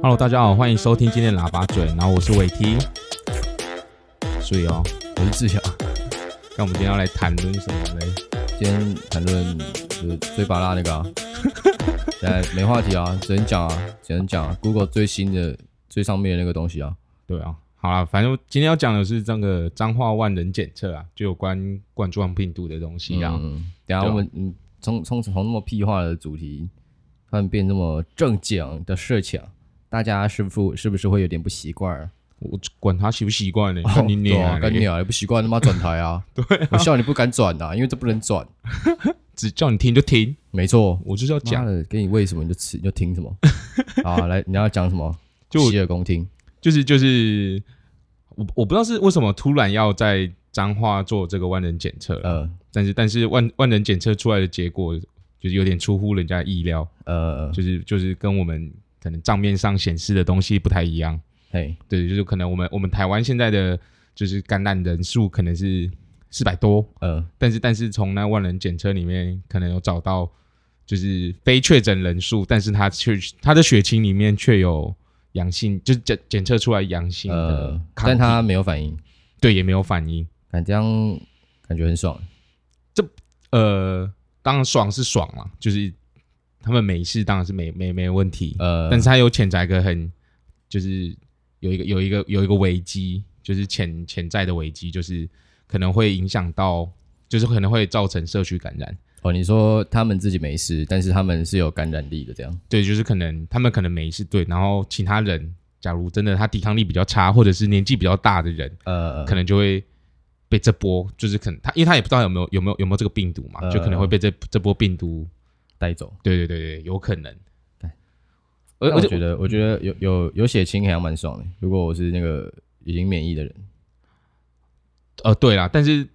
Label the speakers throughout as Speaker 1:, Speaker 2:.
Speaker 1: Hello，大家好，欢迎收听今天的喇叭嘴，然后我是伟 T，注意哦，
Speaker 2: 我是志强，
Speaker 1: 那我们今天要来谈论什么嘞？
Speaker 2: 今天谈论就是最巴拉 那个啊，现在没话题啊，只能讲啊，只能讲啊，Google 最新的最上面的那个东西啊，
Speaker 1: 对啊，好啦，反正今天要讲的是这个彰化万人检测啊，就有关冠状病毒的东西啊。
Speaker 2: 嗯，嗯等
Speaker 1: 对
Speaker 2: 一下
Speaker 1: 啊
Speaker 2: 我们嗯，从从从那么屁话的主题，突然变这么正经的事情，大家是不是是不是会有点不习惯啊？
Speaker 1: 我管他习不习惯呢，
Speaker 2: 哦
Speaker 1: 看你
Speaker 2: 对
Speaker 1: 脸、
Speaker 2: 啊，跟你啊，也不习惯他妈转台 啊，对我笑你不敢转啊，因为这不能转，
Speaker 1: 只叫你听就听，
Speaker 2: 没错，
Speaker 1: 我就是要
Speaker 2: 妈
Speaker 1: 讲，
Speaker 2: 的，给你喂什么你就吃你就听什 么，好啊，来你要讲什么？
Speaker 1: 就
Speaker 2: 洗耳恭听，
Speaker 1: 就是就是，我我不知道是为什么突然要在彰化做这个万人检测了，
Speaker 2: 呃
Speaker 1: 但是但是万万人检测出来的结果就是有点出乎人家的意料。
Speaker 2: 呃，
Speaker 1: 就是就是跟我们可能账面上显示的东西不太一样。
Speaker 2: 嘿，
Speaker 1: 对，就是可能我们我们台湾现在的就是感染人数可能是四百多，
Speaker 2: 呃，
Speaker 1: 但是但是从那万人检测里面可能有找到就是非确诊人数，但是他却他的血清里面却有阳性，就是检检测出来阳性的
Speaker 2: 呃，
Speaker 1: 抗体，
Speaker 2: 但他没有反应，
Speaker 1: 对也没有反应。
Speaker 2: 感这样感觉很爽。
Speaker 1: 呃，当然爽是爽啦，就是他们没事当然是没没没问题。
Speaker 2: 呃，
Speaker 1: 但是它有潜在一个很，就是有一个有一个有一个危机，就是潜潜在的危机，就是可能会影响到，就是可能会造成社区感染。
Speaker 2: 哦，你说他们自己没事，但是他们是有感染力的，这样。
Speaker 1: 对，就是可能他们可能没事对，然后其他人假如真的他抵抗力比较差，或者是年纪比较大的人，
Speaker 2: 呃，
Speaker 1: 可能就会被这波，就是可能他因为他也不知道有没有有没有有没有这个病毒嘛，
Speaker 2: 呃
Speaker 1: 就可能会被这这波病毒，
Speaker 2: 带走。
Speaker 1: 对对对对，有可能
Speaker 2: 对。
Speaker 1: 而
Speaker 2: 但
Speaker 1: 而
Speaker 2: 我
Speaker 1: 且
Speaker 2: 觉得，我觉得有有有血清还蛮爽的。如果我是那个已经免疫的人，
Speaker 1: 呃对啦，但是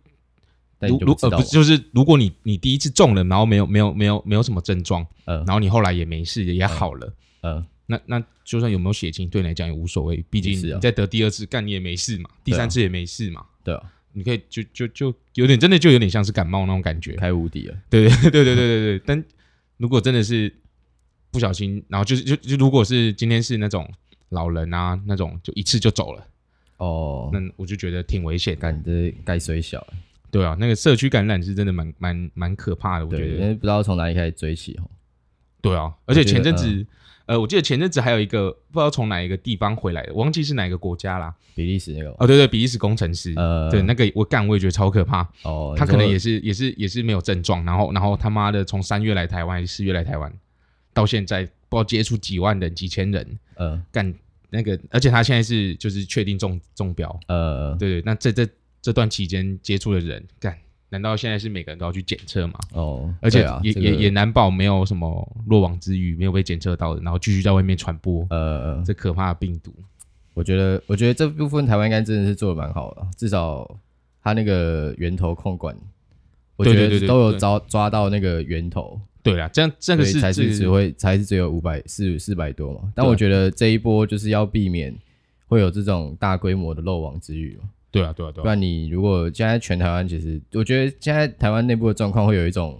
Speaker 2: 但
Speaker 1: 如
Speaker 2: 你就不
Speaker 1: 如
Speaker 2: 知
Speaker 1: 呃
Speaker 2: 道
Speaker 1: 不
Speaker 2: 嘛
Speaker 1: 是就是如果你你第一次中了，然后没有没有没有没有什么症状，
Speaker 2: 呃
Speaker 1: 然后你后来也没事也也好了，
Speaker 2: 呃，
Speaker 1: 那那就算有没有血清对你来讲也无所谓，毕竟
Speaker 2: 也是啊啊
Speaker 1: 你再得第二次干你也没事嘛，第三次也没事嘛，
Speaker 2: 对啊，
Speaker 1: 你可以就就就有点真的就有点像是感冒那种感觉，
Speaker 2: 开无敌了。
Speaker 1: 对 对对对对对对，但如果真的是不小心，然后就是就就如果是今天是那种老人啊那种就一次就走了，
Speaker 2: 哦，
Speaker 1: 那我就觉得挺危险的，
Speaker 2: 感觉该水小了，
Speaker 1: 对啊，那个社区感染是真的蛮蛮蛮可怕的，我觉
Speaker 2: 对，
Speaker 1: 得
Speaker 2: 因。为不知道从哪里开始追起哦。
Speaker 1: 对啊，而且前阵子，
Speaker 2: 嗯
Speaker 1: 呃，我记得前阵子还有一个不知道从哪一个地方回来的，忘记是哪一个国家啦。
Speaker 2: 比利时那个，
Speaker 1: 哦，对对，比利时工程师，
Speaker 2: 呃，
Speaker 1: 对，那个我干我也觉得超可怕。
Speaker 2: 哦，
Speaker 1: 他可能
Speaker 2: 你
Speaker 1: 也
Speaker 2: 说
Speaker 1: 是也是也是没有症状，然后然后他妈的从三月来台湾还是四月来台湾，到现在不知道接触几万人几千人
Speaker 2: 呃
Speaker 1: 干那个，而且他现在是就是确定中中标，
Speaker 2: 呃
Speaker 1: 对对，啊那这这这段期间接触的人干。难道现在是每个人都要去检测吗？
Speaker 2: 哦，
Speaker 1: 而且
Speaker 2: 对啊
Speaker 1: 也、
Speaker 2: 这个
Speaker 1: 也也难保没有什么漏网之鱼，没有被检测到的，然后继续在外面传播、
Speaker 2: 呃
Speaker 1: 这可怕的病毒。
Speaker 2: 我觉得，我觉得这部分台湾应该真的是做的蛮好的，至少它那个源头控管，我
Speaker 1: 对
Speaker 2: 觉
Speaker 1: 对对
Speaker 2: 得
Speaker 1: 对
Speaker 2: 都有
Speaker 1: 对
Speaker 2: 抓抓到那个源头，
Speaker 1: 对啦，这样这个
Speaker 2: 所以
Speaker 1: 是
Speaker 2: 才
Speaker 1: 这
Speaker 2: 是
Speaker 1: 个
Speaker 2: 只会才是只有五百四四百多嘛。但
Speaker 1: 对啊
Speaker 2: 我觉得这一波就是要避免会有这种大规模的漏网之鱼嘛，
Speaker 1: 对啊，对啊，对
Speaker 2: 不
Speaker 1: 啊，
Speaker 2: 然你如果现在全台湾，其实我觉得现在台湾内部的状况会有一种，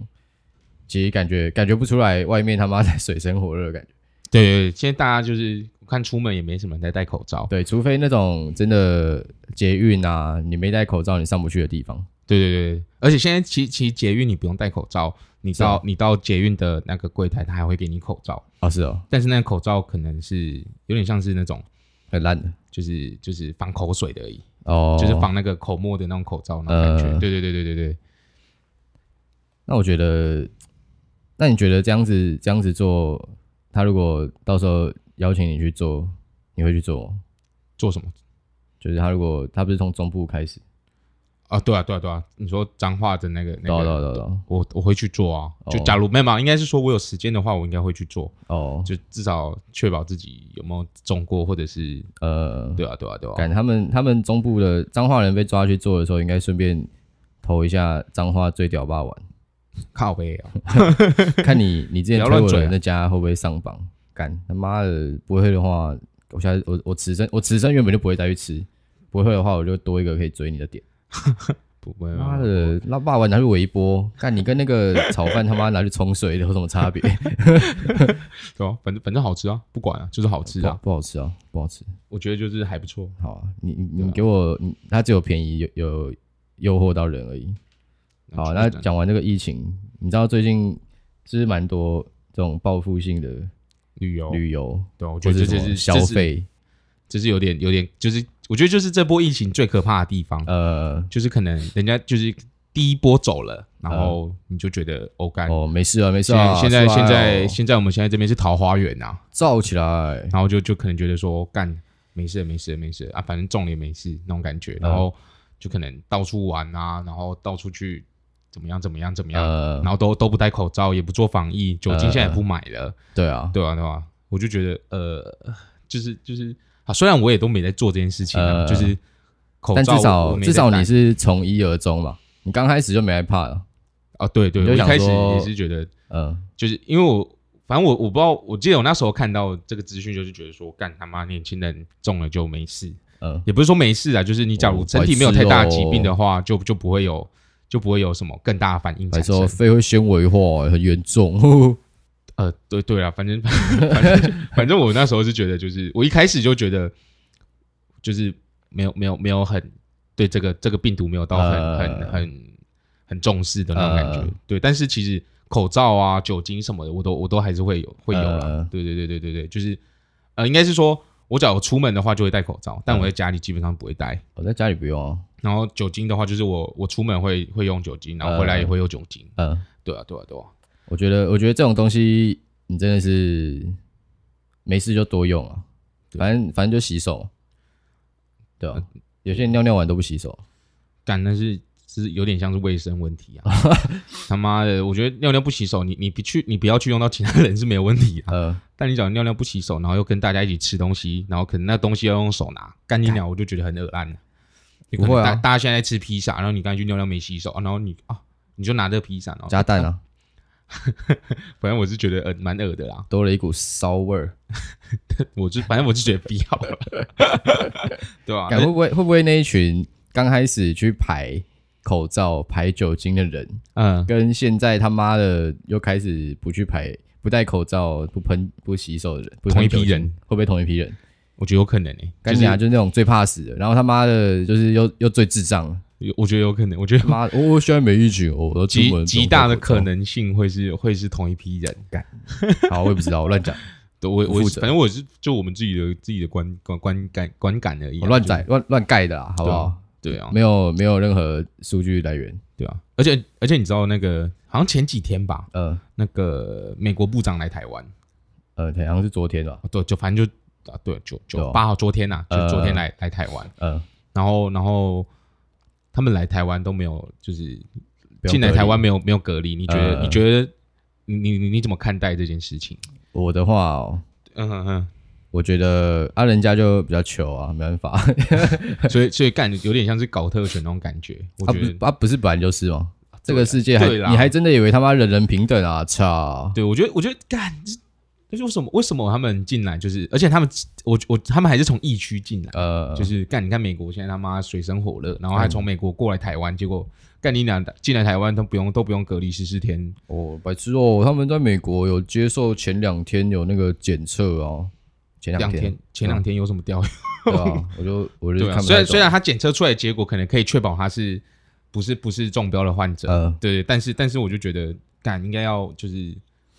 Speaker 2: 其实感觉感觉不出来外面他妈在水深火热的感觉。
Speaker 1: 对对对，现在大家就是我看出门也没什么人在戴口罩。
Speaker 2: 对，除非那种真的捷运啊，你没戴口罩你上不去的地方。
Speaker 1: 对对对对，而且现在其其实捷运你不用戴口罩，你
Speaker 2: 是啊
Speaker 1: 到、你到捷运的那个柜台，他还会给你口罩，
Speaker 2: 哦，是哦，
Speaker 1: 但是那个口罩可能是有点像是那种
Speaker 2: 很烂的
Speaker 1: 就是就是防口水的而已，
Speaker 2: 哦。
Speaker 1: 就是防那个口沫的那种口罩那种感觉。
Speaker 2: 呃
Speaker 1: 对对对对对对。
Speaker 2: 那我觉得，那你觉得这样子这样子做，他如果到时候邀请你去做，你会去做吗？
Speaker 1: 做什么？
Speaker 2: 就是他如果他不是从中部开始，
Speaker 1: 啊，对啊，对啊，对啊！你说脏话的那个那
Speaker 2: 对啊
Speaker 1: 个
Speaker 2: 对啊对啊对啊
Speaker 1: 我我会去做啊。
Speaker 2: 哦
Speaker 1: 就假如没有嘛，应该是说我有时间的话，我应该会去做，
Speaker 2: 哦，
Speaker 1: 就至少确保自己有没有中过，或者是
Speaker 2: 呃，
Speaker 1: 对啊，对啊，对啊。
Speaker 2: 感他们他们中部的彰化人被抓去做的时候，应该顺便投一下彰化最屌 霸王，
Speaker 1: 靠背啊，
Speaker 2: 看你你之前
Speaker 1: 不要
Speaker 2: 推
Speaker 1: 乱
Speaker 2: 我
Speaker 1: 嘴啊
Speaker 2: 的那家会不会上榜？干他妈的，不会的话，我下次我我此生我此生原本就不会再去吃，不会的话我就多一个可以追你的点。
Speaker 1: 不不，
Speaker 2: 妈的，那霸王拿去微波，看你跟那个 炒饭他妈拿去冲水的有什么差别？
Speaker 1: 对吧？反正反正好吃啊，不管啊， 就是好吃
Speaker 2: 不好
Speaker 1: 啊。
Speaker 2: 不好吃啊，不好吃。
Speaker 1: 我觉得就是还不错。
Speaker 2: 好啊，你你
Speaker 1: 对
Speaker 2: 你
Speaker 1: 啊
Speaker 2: 给我，你它只有便宜有有诱惑到人而已。
Speaker 1: 嗯
Speaker 2: 好，那
Speaker 1: 就是
Speaker 2: 讲完这个疫情，你知道最近是不是蛮多这种报复性的
Speaker 1: 旅游，
Speaker 2: 旅游，
Speaker 1: 对啊，我觉
Speaker 2: 或
Speaker 1: 得
Speaker 2: 者
Speaker 1: 这
Speaker 2: 什
Speaker 1: 就
Speaker 2: 么
Speaker 1: 是
Speaker 2: 消，费，
Speaker 1: 这是这是有点有点，就是我觉得就是这波疫情最可怕的地方，
Speaker 2: 呃，
Speaker 1: 就是可能人家就是第一波走了，然后你就觉得哦干。
Speaker 2: 嗯哦，没事啊，没事
Speaker 1: 现
Speaker 2: 啊，
Speaker 1: 在现在
Speaker 2: 出来
Speaker 1: 现在
Speaker 2: 哦
Speaker 1: 现在我们现在这边是桃花源呐，
Speaker 2: 燥起来，
Speaker 1: 然后就就可能觉得说干没事没事没事啊，反正中了也没事那种感觉，
Speaker 2: 嗯
Speaker 1: 然后就可能到处玩啊，然后到处去怎么样怎么样怎么样，
Speaker 2: 呃
Speaker 1: 然，后都都不戴口罩，也不做防疫，酒精现在也不买了，
Speaker 2: 对啊，
Speaker 1: 对啊对啊，我就觉得呃，就是就是啊，虽然我也都没在做这件事情、啊，
Speaker 2: 呃
Speaker 1: 就是口
Speaker 2: 但
Speaker 1: 罩
Speaker 2: 至
Speaker 1: 我
Speaker 2: 少
Speaker 1: 没
Speaker 2: 至
Speaker 1: 在
Speaker 2: 少
Speaker 1: 戴
Speaker 2: 你是从一而终嘛，你刚开始就没害怕了，
Speaker 1: 啊，对对，
Speaker 2: 你
Speaker 1: 我
Speaker 2: 就
Speaker 1: 一
Speaker 2: 想
Speaker 1: 开始
Speaker 2: 说
Speaker 1: 也是觉得
Speaker 2: 嗯，
Speaker 1: 就是因为我反正我我不知道，我记得我那时候看到这个资讯，就是觉得说，干他妈年轻人中了就没事，
Speaker 2: 嗯，
Speaker 1: 也不是说没事啊，就是你假如
Speaker 2: 哦
Speaker 1: 身体
Speaker 2: 白
Speaker 1: 没有
Speaker 2: 痴
Speaker 1: 太大
Speaker 2: 哦
Speaker 1: 疾病的话，就就不会有就不会有什么更大的反应
Speaker 2: 还
Speaker 1: 产
Speaker 2: 说
Speaker 1: 生。
Speaker 2: 肺会纤维化，很严重，
Speaker 1: 呃，对对啊，反正 反正反正我那时候是觉得，就是我一开始就觉得，就是没有没有没有很对这个这个病毒没有到很、
Speaker 2: 呃
Speaker 1: 很很很重视的那种感觉。
Speaker 2: 呃
Speaker 1: 对，但是其实口罩啊、酒精什么的，我都我都还是会有会有啦。
Speaker 2: 呃
Speaker 1: 对对对对对对，就是呃，应该是说我只要有出门的话就会戴口罩，但我
Speaker 2: 呃
Speaker 1: 在家里基本上不会戴。
Speaker 2: 我在家里不用啊，
Speaker 1: 然后酒精的话，就是我我出门会会用酒精，然后回
Speaker 2: 呃
Speaker 1: 来也会用酒精。
Speaker 2: 嗯，
Speaker 1: 对啊，对啊，对啊。
Speaker 2: 我觉得我觉得这种东西你真的是没事就多用啊，
Speaker 1: 对呃
Speaker 2: 反正反正就洗手，对啊，有些人尿尿完都不洗手，
Speaker 1: 干，但是是有点像是卫生问题 啊！他妈的，我觉得尿尿不洗手，你你不去，你不要去用到其他人是没有问题啊。
Speaker 2: 呃，
Speaker 1: 但你讲尿尿不洗手，然后又跟大家一起吃东西，然后可能那东西要用手拿，干你鸟，我就觉得很恶烂。你可
Speaker 2: 不会
Speaker 1: 能
Speaker 2: 啊
Speaker 1: 大大家现在吃披萨，然后你刚才去尿尿没洗手，啊然后你啊，你就拿这个披萨，然后
Speaker 2: 加蛋啊，
Speaker 1: 反正我是觉得呃蛮恶的啦。
Speaker 2: 多了一股骚味儿，
Speaker 1: 我就反正我是觉得不要 了，对啊吧、
Speaker 2: 感会不会会不会那一群刚开始去排口罩、排酒精的人，
Speaker 1: 嗯，
Speaker 2: 跟现在他妈的又开始不去排、不戴口罩、不喷、不洗手的人，不喷
Speaker 1: 同一批
Speaker 2: 酒精
Speaker 1: 人，
Speaker 2: 会不会同一批人？
Speaker 1: 我觉得有可能诶、
Speaker 2: 干
Speaker 1: 就
Speaker 2: 你啊，
Speaker 1: 是
Speaker 2: 就是那种最怕死的，然后他妈的，就是又又最智 障，
Speaker 1: 有我觉得有可能，我觉得
Speaker 2: 妈，我、哦、现在没疫情，哦我都出
Speaker 1: 极
Speaker 2: 门
Speaker 1: 极大的
Speaker 2: 哦
Speaker 1: 可。能性会是会是同一批人。
Speaker 2: 不戴 口罩好，我也不知道，我乱讲，
Speaker 1: 对，我
Speaker 2: 不
Speaker 1: 我
Speaker 2: 负
Speaker 1: 是
Speaker 2: 责
Speaker 1: 反正我是就我们自己的自己的观观观感观感而已啊、
Speaker 2: 我哦乱
Speaker 1: 就
Speaker 2: 载乱乱盖的啦，好不好？
Speaker 1: 对啊，
Speaker 2: 没有没有任何数据来源，
Speaker 1: 对啊，而且而且你知道那个好像前几天吧，
Speaker 2: 呃
Speaker 1: 那个美国部长来台湾，
Speaker 2: 呃，好像是昨天吧，
Speaker 1: 啊对，就反正就啊对九
Speaker 2: 对
Speaker 1: 九
Speaker 2: 啊
Speaker 1: 八号昨天呐、就
Speaker 2: 呃
Speaker 1: 昨天来、来台湾，
Speaker 2: 呃，
Speaker 1: 然后然后他们来台湾都没有就是
Speaker 2: 不用
Speaker 1: 进来
Speaker 2: 隔离
Speaker 1: 台湾没有没有隔离，你觉得、
Speaker 2: 呃
Speaker 1: 你觉得你你你你怎么看待这件事情？
Speaker 2: 我的话、哦，
Speaker 1: 嗯哼哼。
Speaker 2: 我觉得啊，人家就比较糗啊，没办法。啊
Speaker 1: 所以所以干有点像是搞特权那种感觉，我
Speaker 2: 不
Speaker 1: 觉得
Speaker 2: 是 啊，不是本来就是吗？这个世界还
Speaker 1: 对啦
Speaker 2: 你还真的以为他妈人人平等啊？操！
Speaker 1: 对我觉得我觉得干，就是为什么为什么他们进来就是，而且他们我我他们还是从疫区进来，
Speaker 2: 呃，
Speaker 1: 就是干你看美国现在他妈水深火热，然后还
Speaker 2: 嗯
Speaker 1: 从美国过来台湾，结果干你俩进来台湾都不用都不用隔离十四天，
Speaker 2: 哦，白痴哦，他们在美国有接受前两天有那个检测哦，前
Speaker 1: 两
Speaker 2: 两
Speaker 1: 天前
Speaker 2: 嗯
Speaker 1: 两天有什么掉？
Speaker 2: 对啊，我就我就
Speaker 1: 对
Speaker 2: 看
Speaker 1: 啊，
Speaker 2: 不
Speaker 1: 虽
Speaker 2: 太
Speaker 1: 然
Speaker 2: 懂
Speaker 1: 虽然他检测出来的结果可能可以确保他是不是不是中标的患者，
Speaker 2: 呃
Speaker 1: 对，但是但是我就觉得，干应该要就是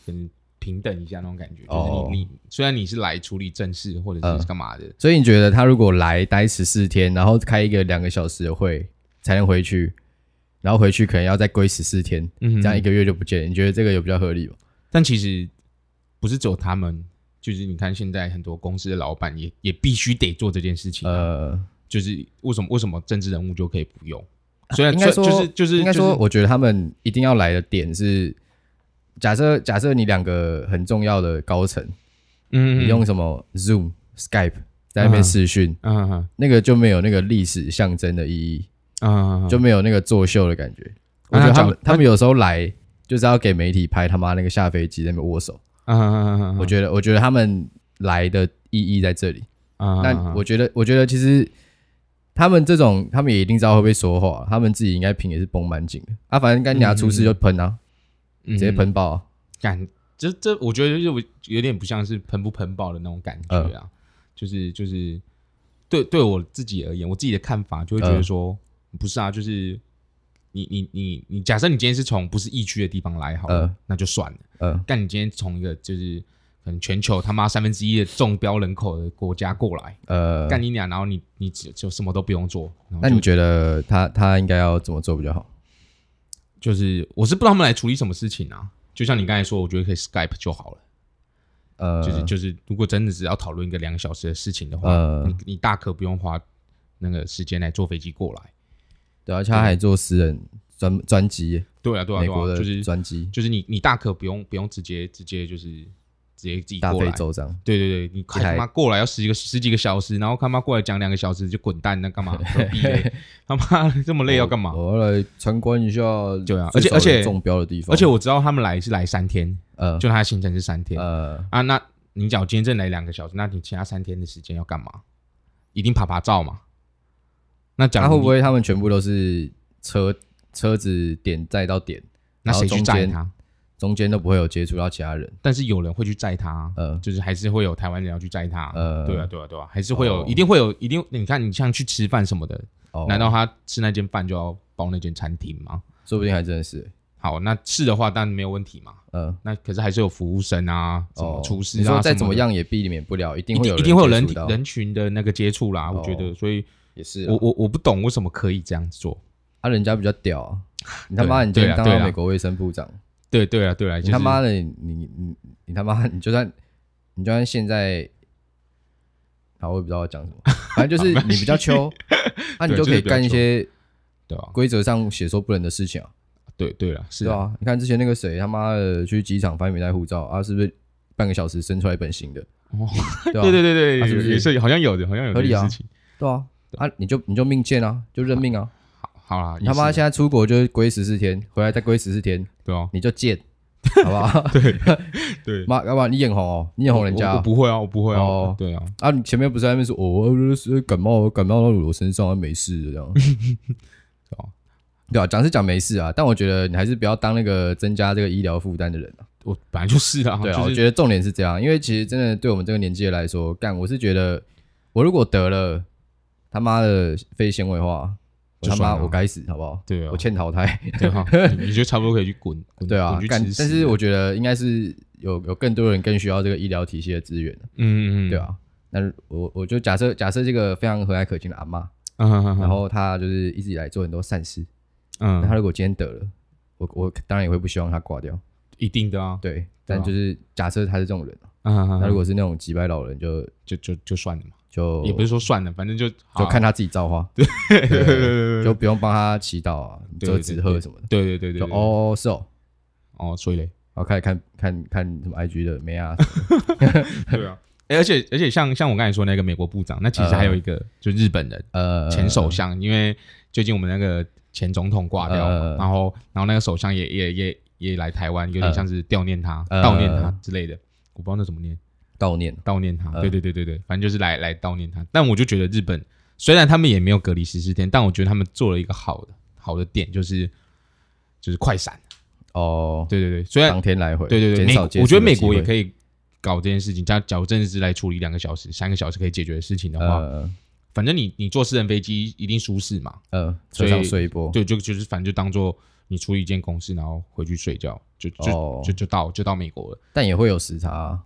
Speaker 1: 嗯平等一下那种感觉，就是你、
Speaker 2: 哦
Speaker 1: 你虽然你是来处理正事或者是
Speaker 2: 嗯
Speaker 1: 干嘛的，
Speaker 2: 所以你觉得他如果来待十四天，然后开一个两个小时的会才能回去，然后回去可能要再归十四天，
Speaker 1: 嗯
Speaker 2: 这样一个月就不见了，你觉得这个有比较合理吗？
Speaker 1: 但其实不是只有他们，就是你看现在很多公司的老板也也必须得做这件事情、啊，
Speaker 2: 呃，
Speaker 1: 就是为什么为什么政治人物就可以不用？虽然
Speaker 2: 应该
Speaker 1: 虽
Speaker 2: 说
Speaker 1: 呃就是就是
Speaker 2: 应该说，
Speaker 1: 就是
Speaker 2: 我觉得他们一定要来的点是，假设假设你两个很重要的高层，
Speaker 1: 嗯
Speaker 2: 你用什么 Zoom、Skype 在那边视讯，
Speaker 1: 嗯嗯
Speaker 2: 那个就没有那个历史象征的意义，
Speaker 1: 嗯
Speaker 2: 就没有那个作秀的感觉。我
Speaker 1: 啊
Speaker 2: 觉得
Speaker 1: 那
Speaker 2: 他
Speaker 1: 讲
Speaker 2: 们他们有时候来就是要给媒体拍他妈那个下飞机在那边握手，
Speaker 1: 嗯
Speaker 2: 我觉得我觉得他们来的意义在这里。
Speaker 1: 得
Speaker 2: 嗯那我觉得我觉得其实。他们这种，他们也一定知道会不会说话，他们自己应该品也是绷蛮紧的。啊，反正干牙出事就喷啊，
Speaker 1: 直
Speaker 2: 直接喷爆、啊。
Speaker 1: 感，这这我觉得就有点不像是喷不喷爆的那种感觉啊，
Speaker 2: 嗯
Speaker 1: 就是就是对对我自己而言，我自己的看法就会
Speaker 2: 嗯
Speaker 1: 觉得说，不是啊，就是你你你你，假设你今天是从不是疫区的地方来好了，
Speaker 2: 嗯
Speaker 1: 那就算了，
Speaker 2: 呃，
Speaker 1: 但你今天从一个就是可能全球他妈三分之一的中标人口的国家过来，
Speaker 2: 呃，
Speaker 1: 干你俩，然后你你只就什么都不用做，然后
Speaker 2: 那
Speaker 1: 就
Speaker 2: 你觉得他他应该要怎么做比较好？
Speaker 1: 就是我是不知道他们来处理什么事情啊，就像你刚才说，我觉得可以 Skype 就好了。
Speaker 2: 呃，
Speaker 1: 就是就是，如果真的是要讨论一个两小时的事情的话，
Speaker 2: 呃
Speaker 1: 你你大可不用花那个时间来坐飞机过来。
Speaker 2: 对啊，而且他还做私人专专辑耶，
Speaker 1: 对啊，对啊，
Speaker 2: 美
Speaker 1: 对
Speaker 2: 国
Speaker 1: 啊，
Speaker 2: 的
Speaker 1: 就是
Speaker 2: 专辑，
Speaker 1: 就是你你大可不用不用直接直接就是直接自己
Speaker 2: 大
Speaker 1: 过
Speaker 2: 非
Speaker 1: 来。
Speaker 2: 洲这样。
Speaker 1: 对对对，你快他妈过来要十几个十几个小时，然后他妈过来讲两个小时就滚蛋，那干 嘛？何必嘞他妈 这么累要干嘛？
Speaker 2: 我要来参观一下，
Speaker 1: 对啊而且而且
Speaker 2: 中标的地方，
Speaker 1: 而且我知道他们来是来三天，
Speaker 2: 呃
Speaker 1: 就他的行程是三天
Speaker 2: 呃
Speaker 1: 啊。那你讲我今天正来两个小时，那你其他三天的时间要干嘛？一定爬爬照嘛？那讲
Speaker 2: 那会
Speaker 1: 你
Speaker 2: 不会他们全部都是车车子点载到点，
Speaker 1: 那谁去
Speaker 2: 然后中
Speaker 1: 载
Speaker 2: 间
Speaker 1: 他？
Speaker 2: 中间都不会有接触到其他人？
Speaker 1: 但是有人会去载他，
Speaker 2: 呃
Speaker 1: 就是还是会有台湾人要去载他。
Speaker 2: 呃，
Speaker 1: 对啊，，对啊，对啊，还是会有，
Speaker 2: 哦
Speaker 1: 一定会有，一定。你看，你像去吃饭什么的，
Speaker 2: 哦，
Speaker 1: 难道他吃那间饭就要包那间餐厅吗？
Speaker 2: 说不定还真的是
Speaker 1: 好，那是的话，当然没有问题嘛。
Speaker 2: 呃。
Speaker 1: 那可是还是有服务生啊，什么
Speaker 2: 哦，
Speaker 1: 厨师
Speaker 2: 你
Speaker 1: 啊，
Speaker 2: 说再
Speaker 1: 什
Speaker 2: 怎么
Speaker 1: 的，
Speaker 2: 样也避免不了，一定
Speaker 1: 一
Speaker 2: 会
Speaker 1: 定
Speaker 2: 有
Speaker 1: 一定会有
Speaker 2: 人
Speaker 1: 人
Speaker 2: 接触到
Speaker 1: 人群的那个接触啦。我觉得，
Speaker 2: 哦
Speaker 1: 所以
Speaker 2: 也是啊
Speaker 1: 我我我不懂为什么可以这样子做。
Speaker 2: 啊，人家比较屌啊！你他妈，
Speaker 1: 对
Speaker 2: 你今
Speaker 1: 对
Speaker 2: 天
Speaker 1: 啊
Speaker 2: 当
Speaker 1: 对
Speaker 2: 到
Speaker 1: 啊
Speaker 2: 美国卫生部长，
Speaker 1: 对对啊，对啊，
Speaker 2: 你
Speaker 1: 就
Speaker 2: 他
Speaker 1: 是
Speaker 2: 妈的，你你你你他妈，你就算你就算现在，好，我也不知道要讲什么，反正就是你比较秋，那你
Speaker 1: 对
Speaker 2: 就可
Speaker 1: 就是比
Speaker 2: 以
Speaker 1: 较
Speaker 2: 干一
Speaker 1: 秋
Speaker 2: 些
Speaker 1: 对啊，
Speaker 2: 规则上写说不能的事情啊，
Speaker 1: 对对了，是
Speaker 2: 对
Speaker 1: 啊，
Speaker 2: 啊，你看之前那个谁他妈的去机场，发现没带护照啊，是不是半个小时生出来一本新的？
Speaker 1: 哦
Speaker 2: 对啊，
Speaker 1: 对对
Speaker 2: 啊
Speaker 1: 对
Speaker 2: 是不
Speaker 1: 对，
Speaker 2: 是
Speaker 1: 也是好像有的，好像有这
Speaker 2: 合理
Speaker 1: 个
Speaker 2: 啊
Speaker 1: 事情。
Speaker 2: 对啊，啊，你就你就命贱啊，就认命啊！
Speaker 1: 好，好啦，
Speaker 2: 你他
Speaker 1: 也
Speaker 2: 妈
Speaker 1: 是啊
Speaker 2: 现在出国就归十四天，回来再归十四天，
Speaker 1: 对啊，
Speaker 2: 你就贱，好不 好？
Speaker 1: 对，
Speaker 2: 妈，要不然你眼红哦，你眼红人家
Speaker 1: 我
Speaker 2: 啊
Speaker 1: 我不会啊，我不会啊，
Speaker 2: 哦
Speaker 1: 对啊，
Speaker 2: 啊！你前面不是在那边说，哦，就是感冒，感冒到我身上，啊没事的这 样。
Speaker 1: 哦
Speaker 2: 对啊，讲是讲没事啊，但我觉得你还是不要当那个增加这个医疗负担的人啊。
Speaker 1: 我本来就是啊，
Speaker 2: 对啊，
Speaker 1: 就
Speaker 2: 我
Speaker 1: 是
Speaker 2: 觉得重点是这样，因为其实真的对我们这个年纪的来说，干我是觉得，我如果得了他妈的非纤维化，我
Speaker 1: 就
Speaker 2: 他妈
Speaker 1: 爽啊
Speaker 2: 我该死，好不好？
Speaker 1: 对啊
Speaker 2: 我欠淘汰。
Speaker 1: 对啊，你你就差不多可以去滚，滚
Speaker 2: 对啊
Speaker 1: 滚，去
Speaker 2: 干
Speaker 1: 吃，屎
Speaker 2: 但是我觉得应该是有有更多人更需要这个医疗体系的资源。
Speaker 1: 嗯嗯嗯，
Speaker 2: 对，啊。那我我就假设假设这个非常和蔼可亲的阿妈，
Speaker 1: 嗯嗯嗯，
Speaker 2: 然后她就是一直以来做很多善事。那她
Speaker 1: 嗯，
Speaker 2: 如果今天得了，我我当然也会不希望她挂掉，
Speaker 1: 一定的啊，
Speaker 2: 对。
Speaker 1: 对啊
Speaker 2: 但就是假设她是这种人，
Speaker 1: 嗯嗯，嗯
Speaker 2: 那如果是那种几百老人，就
Speaker 1: 就就就算了嘛，
Speaker 2: 就
Speaker 1: 也不是说算了，反正就
Speaker 2: 就
Speaker 1: 就
Speaker 2: 看，她自己造化，
Speaker 1: 对对对对
Speaker 2: 就
Speaker 1: 对
Speaker 2: 不用帮她祈祷啊、
Speaker 1: 对
Speaker 2: 折纸鹤什么的。
Speaker 1: 对对对对
Speaker 2: 就
Speaker 1: 对，
Speaker 2: 哦是哦，
Speaker 1: 哦，所以 嘞，
Speaker 2: 然后开始看看看什么 IG 的妹 啊，
Speaker 1: 对啊。诶而且而且像像我刚才说那个美国部长，那
Speaker 2: 嗯
Speaker 1: 其实还有一个就日本人
Speaker 2: 呃
Speaker 1: 前首相，因为最近我们那个前总统挂掉嘛
Speaker 2: 呃，
Speaker 1: 然后然后那个首相也也也也来台湾，有点
Speaker 2: 呃
Speaker 1: 像是悼念他、
Speaker 2: 呃
Speaker 1: 悼念他之类的，我不知道那怎么念。
Speaker 2: 悼念
Speaker 1: 悼念他。
Speaker 2: 嗯
Speaker 1: 对对对对对，反正就是来来悼念他。但我就觉得日本虽然他们也没有隔离十四天，但我觉得他们做了一个好的好的点，就是就是快闪。
Speaker 2: 哦，
Speaker 1: 对对对，虽然
Speaker 2: 当天来回，
Speaker 1: 对对对，
Speaker 2: 减
Speaker 1: 美
Speaker 2: 少接触
Speaker 1: 我觉得
Speaker 2: 的
Speaker 1: 美
Speaker 2: 机
Speaker 1: 国也
Speaker 2: 会
Speaker 1: 可以搞这件事情。假假如真的是来处理两个小时、三个小时可以解决的事情的话，
Speaker 2: 呃
Speaker 1: 反正你你坐私人飞机一定舒适嘛。
Speaker 2: 呃
Speaker 1: 所
Speaker 2: 车
Speaker 1: 以
Speaker 2: 上睡一波，
Speaker 1: 对，就就是反正就当做你处理一件公事，然后回去睡觉，就就、
Speaker 2: 哦
Speaker 1: 就就到就到美国了。
Speaker 2: 但也会有时差、啊，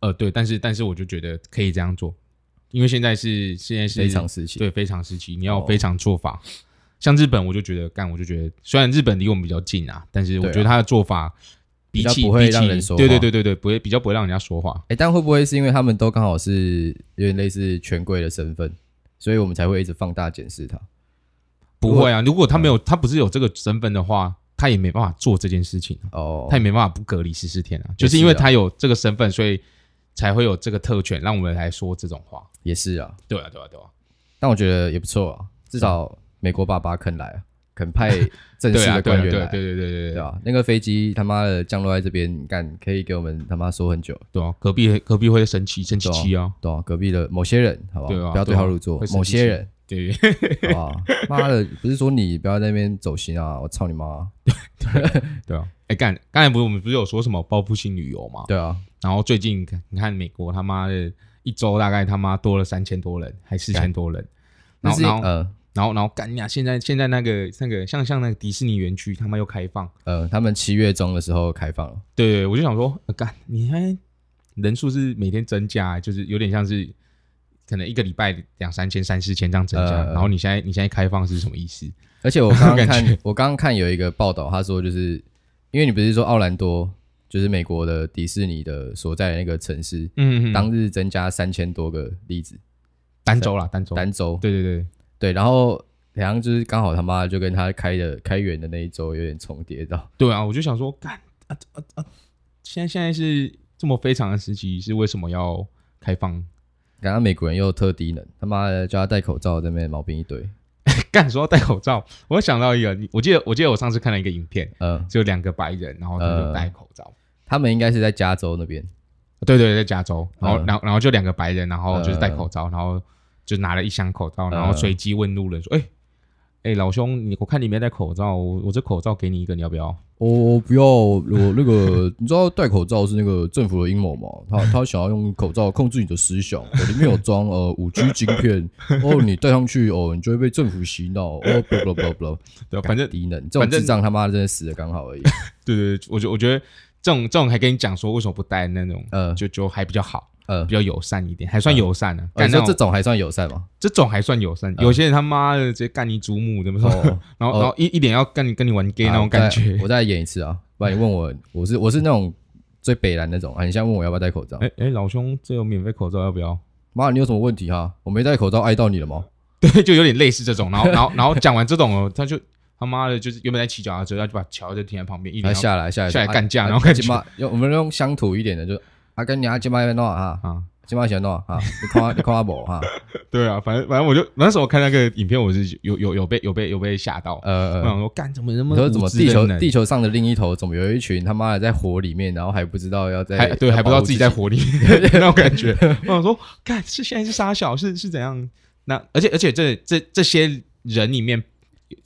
Speaker 1: 呃，对，但是但是我就觉得可以这样做，因为现在是现在是
Speaker 2: 非常时期。
Speaker 1: 对，非常时期，你要有
Speaker 2: 哦
Speaker 1: 非常做法。像日本，我就觉得干，我就觉得虽然日本离我们比较近啊，但是我
Speaker 2: 对啊
Speaker 1: 觉得他的做法比
Speaker 2: 比较
Speaker 1: 起
Speaker 2: 不
Speaker 1: 比
Speaker 2: 会
Speaker 1: 起
Speaker 2: 让人说
Speaker 1: 对对
Speaker 2: 话
Speaker 1: 对对对，不会比较不会让人家说话。
Speaker 2: 哎、但会不会是因为他们都刚好是有点类似权贵的身份，所以我们才会一直放大检视他？
Speaker 1: 不会啊，如果他
Speaker 2: 嗯
Speaker 1: 没有他不是有这个身份的话，他也没办法做这件事情啊，
Speaker 2: 哦
Speaker 1: 他也没办法不隔离十四天啊。
Speaker 2: 也
Speaker 1: 就是因为
Speaker 2: 是啊
Speaker 1: 他有这个身份，所以才会有这个特权，让我们来说这种话。
Speaker 2: 也是啊，
Speaker 1: 对啊，对啊，对啊，
Speaker 2: 但我觉得也不错啊，至少美国爸爸肯来啊，肯派 正式
Speaker 1: 对啊，
Speaker 2: 的
Speaker 1: 对
Speaker 2: 官
Speaker 1: 啊，
Speaker 2: 员
Speaker 1: 对
Speaker 2: 来
Speaker 1: 啊
Speaker 2: 啊，
Speaker 1: 对对对对
Speaker 2: 对
Speaker 1: 对
Speaker 2: 啊，那个飞机他妈的降落在这边，干可以给我们他妈说很久，
Speaker 1: 对啊，隔壁隔壁会生气，生气
Speaker 2: 对啊
Speaker 1: 气啊，
Speaker 2: 懂、啊？隔壁的某些人，好不好？
Speaker 1: 对啊
Speaker 2: 不要对
Speaker 1: 对啊
Speaker 2: 号入座
Speaker 1: 会，生
Speaker 2: 某
Speaker 1: 气
Speaker 2: 些
Speaker 1: 气
Speaker 2: 人，
Speaker 1: 对，
Speaker 2: 好不好？妈的，不是说你不要在那边走心啊！我操你妈！
Speaker 1: 对 啊，哎、干，刚才不是我们不是有说什么报复性旅游嘛？
Speaker 2: 对啊，
Speaker 1: 然后最近你看美国他妈的一周大概他妈多了三千多人，还四千多人，然
Speaker 2: 但
Speaker 1: 后
Speaker 2: 是
Speaker 1: 然后
Speaker 2: 呃
Speaker 1: 然后然后干你啊！现在现在那个那个像像那个迪士尼园区他妈又开放，
Speaker 2: 呃，他们七月中的时候开放了，
Speaker 1: 对对，我就想说，呃干、你还人数是每天增加，就是有点像是可能一个礼拜两三千、三四千这样增加，
Speaker 2: 呃
Speaker 1: 然后你现在你现在开放是什么意思？
Speaker 2: 而且我刚刚
Speaker 1: 感
Speaker 2: 看，我刚刚看有一个报道，他说就是因为你不是说奥兰多就是美国的迪士尼的所在的那个城市，
Speaker 1: 嗯，
Speaker 2: 当日增加三千多个例子，
Speaker 1: 单周啦，单周，
Speaker 2: 单周
Speaker 1: 对对对，
Speaker 2: 对，然后好像就是刚好他妈就跟他开的开园的那一周有点重叠到，
Speaker 1: 对啊，我就想说，干啊啊啊！现在现在是这么非常的时期，是为什么要开放？
Speaker 2: 刚刚美国人又特低能，他妈的叫他戴口罩，这边毛病一堆。
Speaker 1: 干说要戴口罩，我想到一个，你我记得我记得我上次看了一个影片，
Speaker 2: 呃，
Speaker 1: 就两个白人，然后他们就
Speaker 2: 呃
Speaker 1: 戴口罩。
Speaker 2: 他们应该是在加州那边，
Speaker 1: 对对，对在加州，然后、
Speaker 2: 嗯
Speaker 1: 然后然后就两个白人，然后就是戴
Speaker 2: 嗯
Speaker 1: 口罩，然后就拿了一箱口罩，然后
Speaker 2: 嗯
Speaker 1: 随机问路人说：“哎、哎、老兄，你我看你没戴口罩，我我这口罩给你一个，你要不要
Speaker 2: 哦我、不要我那个，你知道戴口罩是那个政府的阴谋吗？他他想要用口罩控制你的思想，我里面有装呃五 G 晶片，哦，你戴上去哦，你就会被政府洗脑，哦，不不不不，？”
Speaker 1: 对，反正
Speaker 2: 低能，这种智障他妈的真的死的刚好而已。
Speaker 1: 对对对，我觉我觉得这种这种还跟你讲说为什么不戴那种，
Speaker 2: 呃
Speaker 1: 就就还比较好，
Speaker 2: 呃
Speaker 1: 比，较友善一点，还算友善呢、啊。
Speaker 2: 哦
Speaker 1: 干
Speaker 2: 你
Speaker 1: 那
Speaker 2: 说这
Speaker 1: 种
Speaker 2: 种还算友善吗？
Speaker 1: 这种还算友善，有些人他妈的直接干你祖母，怎么说？
Speaker 2: 哦，
Speaker 1: 然后
Speaker 2: 哦
Speaker 1: 然后一一脸要跟你跟你玩 gay 那种感觉
Speaker 2: 好我再。我再演一次啊，不然你问我，我是我是那种最北蓝那种啊，你现在问我要不要戴口罩？
Speaker 1: 哎哎，老兄，这有免费口罩要不要？
Speaker 2: 妈，你有什么问题哈、我没戴口罩碍到你了吗？
Speaker 1: 对，就有点类似这种。然后，然后，然后讲完这种哦，他就他妈的，就是原本在骑脚踏车，他就把桥就停在旁边，一脸
Speaker 2: 来哎下来下来
Speaker 1: 下来干架
Speaker 2: 啊
Speaker 1: 然后感觉
Speaker 2: 啊啊鸡巴用我们用乡土一点的，就啊跟你啊鸡巴要弄啊，
Speaker 1: 要啊，
Speaker 2: 鸡巴想弄啊， 你看我你看我不哈，
Speaker 1: 对啊，反正反正我就那时候我看那个影片，我是有有有被有被有被吓到，
Speaker 2: 呃，
Speaker 1: 我
Speaker 2: 呃
Speaker 1: 想说干怎么那
Speaker 2: 你
Speaker 1: 么
Speaker 2: 说怎么
Speaker 1: 无知
Speaker 2: 地球
Speaker 1: 人呢
Speaker 2: 地球上的另一头，怎么有一群他妈的在火里面，然后还不知道要在
Speaker 1: 还对
Speaker 2: 要
Speaker 1: 还不知道
Speaker 2: 保护
Speaker 1: 自
Speaker 2: 自
Speaker 1: 己在 火里那种感觉，我想说干是现在是傻小是是怎样？那而且而且这这这些人里面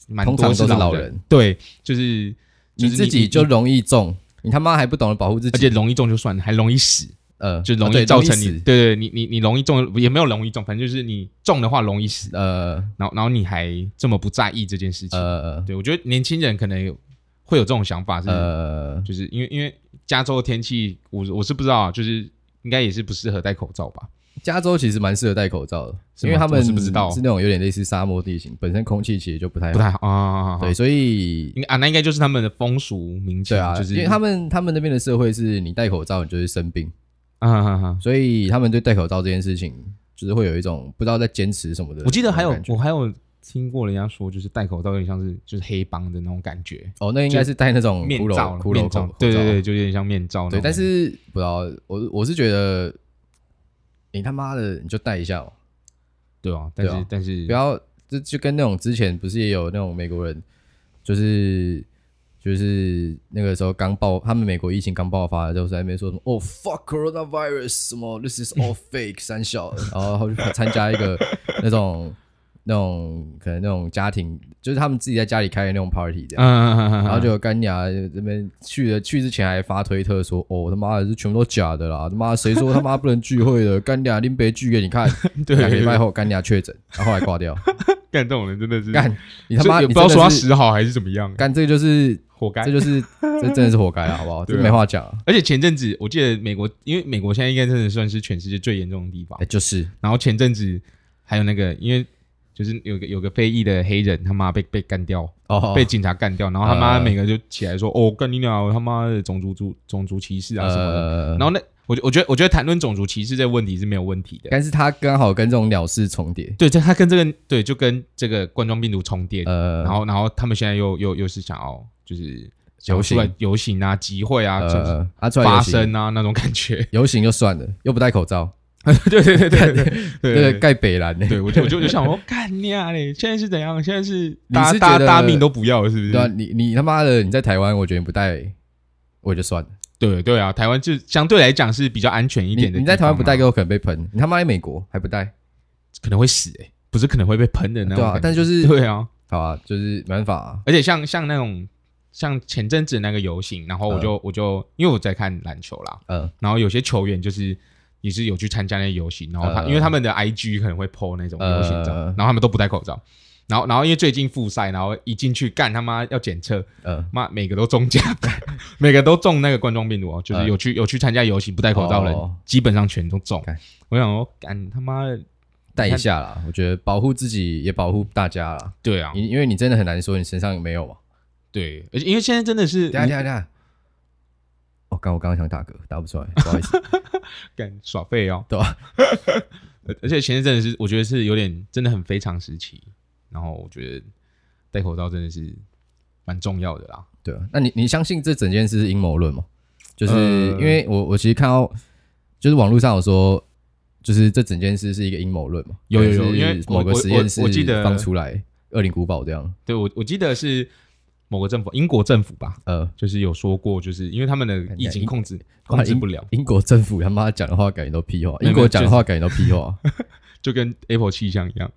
Speaker 1: 蛮
Speaker 2: 通常
Speaker 1: 多
Speaker 2: 都是
Speaker 1: 老
Speaker 2: 老人，
Speaker 1: 对，就是
Speaker 2: 你
Speaker 1: 就是
Speaker 2: 自己就容易中，你他妈还不懂得保护自
Speaker 1: 而且
Speaker 2: 己，
Speaker 1: 容易中就算了，还容易死。
Speaker 2: 呃，
Speaker 1: 就容
Speaker 2: 啊
Speaker 1: 易
Speaker 2: 对
Speaker 1: 造成你，
Speaker 2: 容易死
Speaker 1: 对对，你你你容易中，也没有容易中，反正就是你中的话容易死，
Speaker 2: 呃
Speaker 1: 然后然后你还这么不在意这件事情，
Speaker 2: 呃
Speaker 1: 对我觉得年轻人可能有会有这种想法是，
Speaker 2: 呃，
Speaker 1: 就是因为因为加州的天气，我我是不知道啊，就是应该也是不适合戴口罩吧，
Speaker 2: 加州其实蛮适合戴口罩的，
Speaker 1: 是吗
Speaker 2: 因为他们
Speaker 1: 我是不知道
Speaker 2: 是那种有点类似沙漠地形，本身空气其实就不太
Speaker 1: 不
Speaker 2: 好，
Speaker 1: 太好啊，
Speaker 2: 对，，所以
Speaker 1: 应该啊那应该就是他们的风俗民情，
Speaker 2: 对啊，
Speaker 1: 就是
Speaker 2: 因为他们他们那边的社会是你戴口罩你就是生病，
Speaker 1: 啊啊啊，啊
Speaker 2: 所以他们对戴口罩这件事情就是会有一种不知道在坚持什么的那种感觉。
Speaker 1: 我记得还有我还有听过人家说，就是戴口罩有点像是就是黑帮的那种感觉，
Speaker 2: 哦，那应该是戴那种
Speaker 1: 面
Speaker 2: 骷
Speaker 1: 罩
Speaker 2: 髅
Speaker 1: 了
Speaker 2: 骷髅
Speaker 1: 面
Speaker 2: 口
Speaker 1: 罩
Speaker 2: 口罩，，
Speaker 1: 对对对，就有点像面罩那种
Speaker 2: 对，
Speaker 1: 感觉，
Speaker 2: 但是不知道我我是觉得你他妈的你就戴一下哦，
Speaker 1: 对啊，但是、
Speaker 2: 对啊
Speaker 1: 但是
Speaker 2: 不要就就跟那种之前不是也有那种美国人，就是就是那个时候刚爆，他们美国疫情刚爆发的时候，在那边说什么哦 fuck coronavirus 什么 this is all fake 三小，然后他就参加一个那种那种可能那种家庭，就是他们自己在家里开的那种 party 这
Speaker 1: 嗯，
Speaker 2: 样。
Speaker 1: 嗯嗯嗯
Speaker 2: 然后就有干牙这边去了，去之前还发推特说：“哦，他妈的，这全部都假的啦！他妈谁说他妈不能聚会的？干牙拎杯聚给你看。”
Speaker 1: 对
Speaker 2: 两个礼拜后干牙确诊，然后后来挂掉。
Speaker 1: 干这种人真的是
Speaker 2: 干，你他
Speaker 1: 所以
Speaker 2: 妈
Speaker 1: 也
Speaker 2: 你
Speaker 1: 不知道
Speaker 2: 真的
Speaker 1: 说他
Speaker 2: 是
Speaker 1: 死好还是怎么样，
Speaker 2: 干，这个就是
Speaker 1: 活该
Speaker 2: 这。就是这真的是活该啊，好不好？
Speaker 1: 对啊
Speaker 2: 这没话讲啊，
Speaker 1: 而且前阵子我记得美国，因为美国现在应该真的算是全世界最严重的地方
Speaker 2: 哎，。就是
Speaker 1: 然后前阵子还有那个，因为就是有个有个非裔的黑人他妈被被干掉，
Speaker 2: 哦，
Speaker 1: 被警察干掉，然后他妈
Speaker 2: 呃
Speaker 1: 每个就起来说：“哦，干你俩他妈的种族族种族歧视啊什么的。”
Speaker 2: 呃
Speaker 1: 然，后那我觉我觉得我觉得谈论种族歧视这个问题是没有问题的。
Speaker 2: 但是他刚好跟这种鸟事重叠，
Speaker 1: 对，这他跟这个对就跟这个冠状病毒重叠，
Speaker 2: 呃，
Speaker 1: 然后然后他们现在又又又是想要就是想
Speaker 2: 游
Speaker 1: 出来
Speaker 2: 行
Speaker 1: 游行啊、集会啊、就是
Speaker 2: 呃，他出来游
Speaker 1: 发
Speaker 2: 行
Speaker 1: 声啊那种感觉。
Speaker 2: 游行就算了，又不戴口罩，
Speaker 1: 对对对对对对
Speaker 2: 这个
Speaker 1: 对
Speaker 2: 盖北蓝呢，欸
Speaker 1: 对，我就我就我就想说，干你啊嘞！现在是怎样？现在是
Speaker 2: 你
Speaker 1: 大
Speaker 2: 是
Speaker 1: 家大
Speaker 2: 觉
Speaker 1: 家
Speaker 2: 得
Speaker 1: 大家命都不要了，是不是？
Speaker 2: 对啊，你你他妈的你在台湾，我觉得你不戴我也就算了，
Speaker 1: 对对啊，台湾就相对来讲是比较安全一
Speaker 2: 你
Speaker 1: 点的。
Speaker 2: 你在台湾不戴，，我可能被喷，你他妈在美国还不戴，
Speaker 1: 可能会死哎。不是可能会被喷的那
Speaker 2: 对
Speaker 1: 种
Speaker 2: 啊
Speaker 1: 感，觉。
Speaker 2: 但就是
Speaker 1: 对啊，
Speaker 2: 好啊，就是没办法、啊，
Speaker 1: 而且像像那种像前阵子那个游行，然后我就、我就因为我在看篮球啦，
Speaker 2: 嗯
Speaker 1: 然后有些球员就是也是有去参加那些游行，然后他、
Speaker 2: 呃
Speaker 1: 因为他们的 IG 可能会 po 那种游行照，
Speaker 2: 呃
Speaker 1: 然后他们都不戴口罩。然后，然后因为最近复赛，然后一进去干他妈要检测，
Speaker 2: 嗯，
Speaker 1: 妈每个都中奖， 每个都中那个冠状病毒哦，就是有去、有去参加游行不戴口罩的人，
Speaker 2: 呃哦
Speaker 1: 基本上全都中
Speaker 2: 干。
Speaker 1: 我想说，干他妈的，
Speaker 2: 带一下啦，我觉得保护自己也保护大家啦。
Speaker 1: 对啊，
Speaker 2: 你因为你真的很难说你身上有没有嘛。
Speaker 1: 对，而且因为现在真的是
Speaker 2: 等一下等一下等一下，我哦刚我刚刚想打嗝，打不出来，不好意 思。
Speaker 1: 干耍废哦，
Speaker 2: 对啊
Speaker 1: 而而且前阵真的是，我觉得是有点真的很非常时期，然后我觉得戴口罩真的是蛮重要的啦。
Speaker 2: 对啊，那你你相信这整件事是阴谋论吗？就是、
Speaker 1: 呃
Speaker 2: 因为我我其实看到，就是网络上有说，就是这整件事是一个阴谋论嘛，
Speaker 1: 有有有
Speaker 2: 就是
Speaker 1: 因为我
Speaker 2: 某个
Speaker 1: 我
Speaker 2: 实验室
Speaker 1: 我我记得
Speaker 2: 放出来恶灵古堡这样，
Speaker 1: 对我我记得是某个政府，英国政府吧，
Speaker 2: 呃，
Speaker 1: 就是有说过，就是因为他们的疫情控制控
Speaker 2: 哇
Speaker 1: 制不了，
Speaker 2: 英哎国政府他妈讲的话感觉都屁话，
Speaker 1: 没有
Speaker 2: 英国讲的话感觉都屁 话，
Speaker 1: 就跟 Apple 气象一样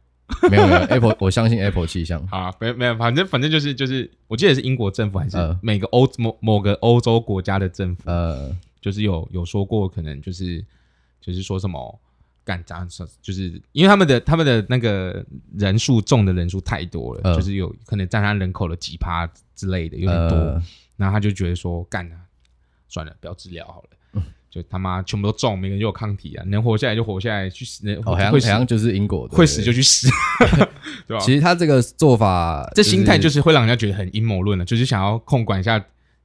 Speaker 2: 没有没有 Apple，我相信 Apple 气象，
Speaker 1: 啊，没没有，反正反正就是就是，我记得是英国政府还是
Speaker 2: 呃
Speaker 1: 每个欧某某个欧洲国家的政府，
Speaker 2: 呃，
Speaker 1: 就是有有说过，可能就是就是说什么干砸，就是因为他们的他们的那个人数中的人数太多了，
Speaker 2: 嗯
Speaker 1: 就是有可能占他人口的几趴之类的，有点多。
Speaker 2: 呃，
Speaker 1: 然后他就觉得说，干啊，算了，不要治疗好了，
Speaker 2: 嗯
Speaker 1: 就他妈全部都中，每个人就有抗体啊，能活下来就活下来，去死能、
Speaker 2: 哦，好像好
Speaker 1: 会死
Speaker 2: 像就是英国的
Speaker 1: 会死就去死，对吧？
Speaker 2: 其实他这个做法，
Speaker 1: 啊这心态就是会让人家觉得很阴谋论了，就是想要控管一下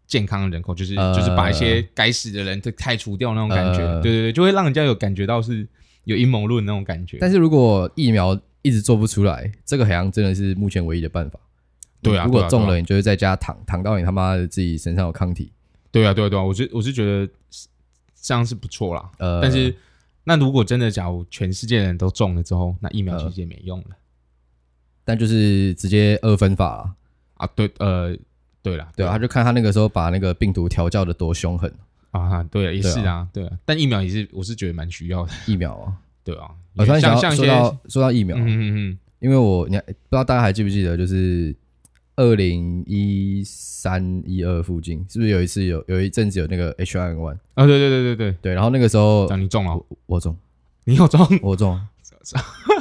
Speaker 1: 健康的人口，就是、
Speaker 2: 呃
Speaker 1: 就是把一些该死的人都开除掉那种感觉，
Speaker 2: 呃
Speaker 1: 对对对，就会让人家有感觉到是有阴谋论那种感觉。
Speaker 2: 但是如果疫苗一直做不出来，这个好像真的是目前唯一的办法。
Speaker 1: 对啊
Speaker 2: 如
Speaker 1: 对
Speaker 2: 果
Speaker 1: 啊
Speaker 2: 中
Speaker 1: 对啊
Speaker 2: 了，你就是在家躺躺到你他妈的自己身上有抗体。
Speaker 1: 对啊对啊对啊，我是我是觉得这样是不错啦，
Speaker 2: 呃，
Speaker 1: 但是。那如果真的，假如全世界的人都中了之后，那疫苗
Speaker 2: 呃
Speaker 1: 其实也没用了、
Speaker 2: 但就是直接二分法啦，
Speaker 1: 啊。对，呃，对啦，
Speaker 2: 对啊，他就看他那个时候把那个病毒调教的多凶狠，
Speaker 1: 啊，对啊，也
Speaker 2: 对啊
Speaker 1: 是啊，对啊。但疫苗也是，我是觉得蛮需要的，
Speaker 2: 疫苗啊。
Speaker 1: 对啊。
Speaker 2: 我突然想
Speaker 1: 像
Speaker 2: 要
Speaker 1: 像一
Speaker 2: 说
Speaker 1: 些，
Speaker 2: 到说到疫苗，
Speaker 1: 嗯嗯嗯，
Speaker 2: 因为我你还不知道大家还记不记得，就是二零一三一二附近，是不是有一次有有一阵子有那个 H1N1？
Speaker 1: 啊，对对对对对，
Speaker 2: 对，然后那个时候
Speaker 1: 让你中了，
Speaker 2: 我我中
Speaker 1: 你有中，
Speaker 2: 我中啊，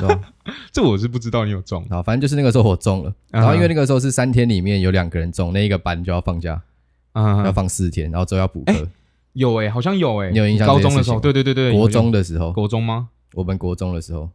Speaker 2: 对啊
Speaker 1: 这我是不知道你有中
Speaker 2: 然后反正就是那个时候我中了，
Speaker 1: 嗯哼
Speaker 2: 然后因为那个时候是三天里面有两个人中，那一个班就要放假，要
Speaker 1: 啊。
Speaker 2: 放四天，然后之后要补课。
Speaker 1: 有哎，好像有哎，
Speaker 2: 你有印象
Speaker 1: 高
Speaker 2: 这件
Speaker 1: 中的时候，
Speaker 2: 事情吗
Speaker 1: 对对对对，
Speaker 2: 国
Speaker 1: 有
Speaker 2: 中的时候
Speaker 1: 有，国中吗？
Speaker 2: 我们国中的时候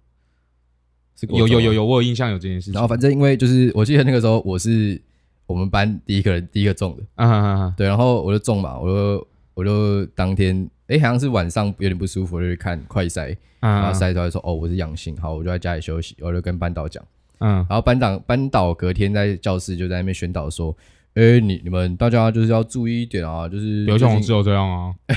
Speaker 2: 是国
Speaker 1: 有
Speaker 2: 中
Speaker 1: 有有
Speaker 2: 有。
Speaker 1: 有，我有印象有这件事情。
Speaker 2: 然后反正因为就是我记得那个时候我是我们班第一个人第一个中的，
Speaker 1: 啊啊啊
Speaker 2: 对，然后我就中嘛，我就我就当天哎好像是晚上有点不舒服，我就去看快筛，
Speaker 1: 啊
Speaker 2: 然后
Speaker 1: 啊
Speaker 2: 筛出来说哦我是阳性，好我就在家里休息，我就跟班导讲。
Speaker 1: 嗯
Speaker 2: 然后班长班导隔天在教室就在那边宣导说：“哎，你你们大家就是要注意一点啊，就是
Speaker 1: 刘
Speaker 2: 最
Speaker 1: 向
Speaker 2: 近
Speaker 1: 红只有这样啊，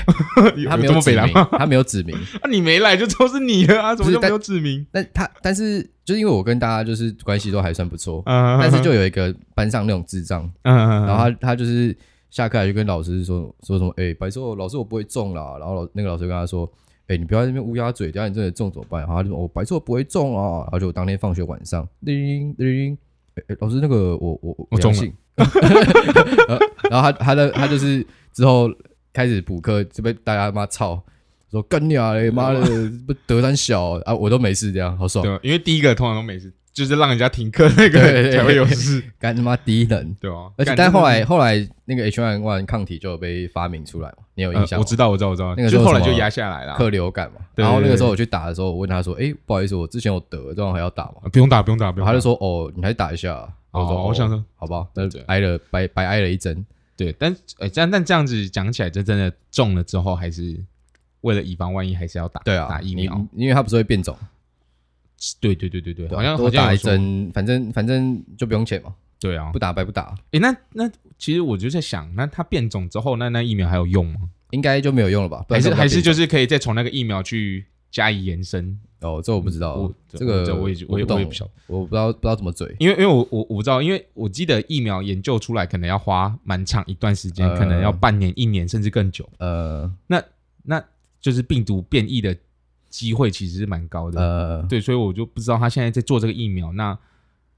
Speaker 2: 他没
Speaker 1: 有这么
Speaker 2: 指
Speaker 1: 北南
Speaker 2: 名
Speaker 1: 吗？，
Speaker 2: 他没有指名，
Speaker 1: 啊，你没来就都是你了啊，怎么
Speaker 2: 不是
Speaker 1: 就没
Speaker 2: 但
Speaker 1: 有指名？
Speaker 2: 但他但是就是因为我跟大家就是关系都还算不错，
Speaker 1: 啊，
Speaker 2: 但是就有一个班上那种智障，
Speaker 1: 嗯嗯，
Speaker 2: 然后他他就是下课还去跟老师说说什么：哎，白硕老师我不会中啦。然后老那个老师跟他说。哎、你不要在那边乌鸦嘴，等下你真的中怎么办？然后他就说我、白错不会中啊，然后就我当天放学晚上，叮叮，哎、哎老师那个我我
Speaker 1: 我中了
Speaker 2: 阳性 然后他他的他就是之后开始补课，就被大家妈操，说干你啊嘞，妈的不得胆小啊，我都没事这样，好爽，
Speaker 1: 对，啊因为第一个通常都没事，就是让人家停课那
Speaker 2: 对对
Speaker 1: 个
Speaker 2: 对
Speaker 1: 才会有事，
Speaker 2: 干他妈低能。
Speaker 1: 对吧？
Speaker 2: 而且
Speaker 1: 干
Speaker 2: 但
Speaker 1: 真的
Speaker 2: 后
Speaker 1: 是
Speaker 2: 来后来那个 H1N1 抗体就有被发明出来嘛，你有印象
Speaker 1: 呃
Speaker 2: 吗、
Speaker 1: 我知道，我知道，我知道，
Speaker 2: 那个时
Speaker 1: 就
Speaker 2: 候
Speaker 1: 后来
Speaker 2: 什
Speaker 1: 就
Speaker 2: 么啊
Speaker 1: 压下来了。啊
Speaker 2: 客流感嘛。
Speaker 1: 对
Speaker 2: 然后那
Speaker 1: 对
Speaker 2: 个
Speaker 1: 对
Speaker 2: 时候我去打的时候，我问他说：“哎、不好意思，我之前有得，这样还要打吗
Speaker 1: 啊不用打，不用打，？”不用
Speaker 2: 然后
Speaker 1: 打。
Speaker 2: 他就说：“哦，你还是打一下啊。”我说：“
Speaker 1: 哦我想说，
Speaker 2: 好吧，那
Speaker 1: 对
Speaker 2: 挨了白白挨了一针。
Speaker 1: 对，但呃，但但这样子讲起来，这真的中了之后，还是为了以防万一，还是要打”
Speaker 2: 对啊，
Speaker 1: 打疫
Speaker 2: 你
Speaker 1: 苗。，
Speaker 2: 因为它不是会变种，
Speaker 1: 对对对对对，
Speaker 2: 对啊
Speaker 1: 好像
Speaker 2: 多
Speaker 1: 好像
Speaker 2: 打
Speaker 1: 有
Speaker 2: 一
Speaker 1: 说。
Speaker 2: 针，反正反正就不用钱嘛，
Speaker 1: 对啊
Speaker 2: 不，打白不打，
Speaker 1: 诶，那那其实我就在想，那它变种之后，那那疫苗还有用吗？
Speaker 2: 应该就没有用了吧？不
Speaker 1: 还
Speaker 2: 然怎
Speaker 1: 是
Speaker 2: 么
Speaker 1: 还是
Speaker 2: 变
Speaker 1: 就是可以再从那个疫苗去加以延伸？
Speaker 2: 哦，这我不知道
Speaker 1: 我，
Speaker 2: 这个
Speaker 1: 这我也我也
Speaker 2: 不
Speaker 1: 我也
Speaker 2: 懂
Speaker 1: 不晓得，
Speaker 2: 我不知道不知道怎么嘴。
Speaker 1: 因为因为我我我不知道，因为我记得疫苗研究出来可能要花蛮长一段时间，可能要
Speaker 2: 呃
Speaker 1: 半年、一年甚至更久。
Speaker 2: 呃，
Speaker 1: 那就是病毒变异的机会其实是蛮高的。
Speaker 2: 呃，
Speaker 1: 对，所以我就不知道他现在在做这个疫苗，那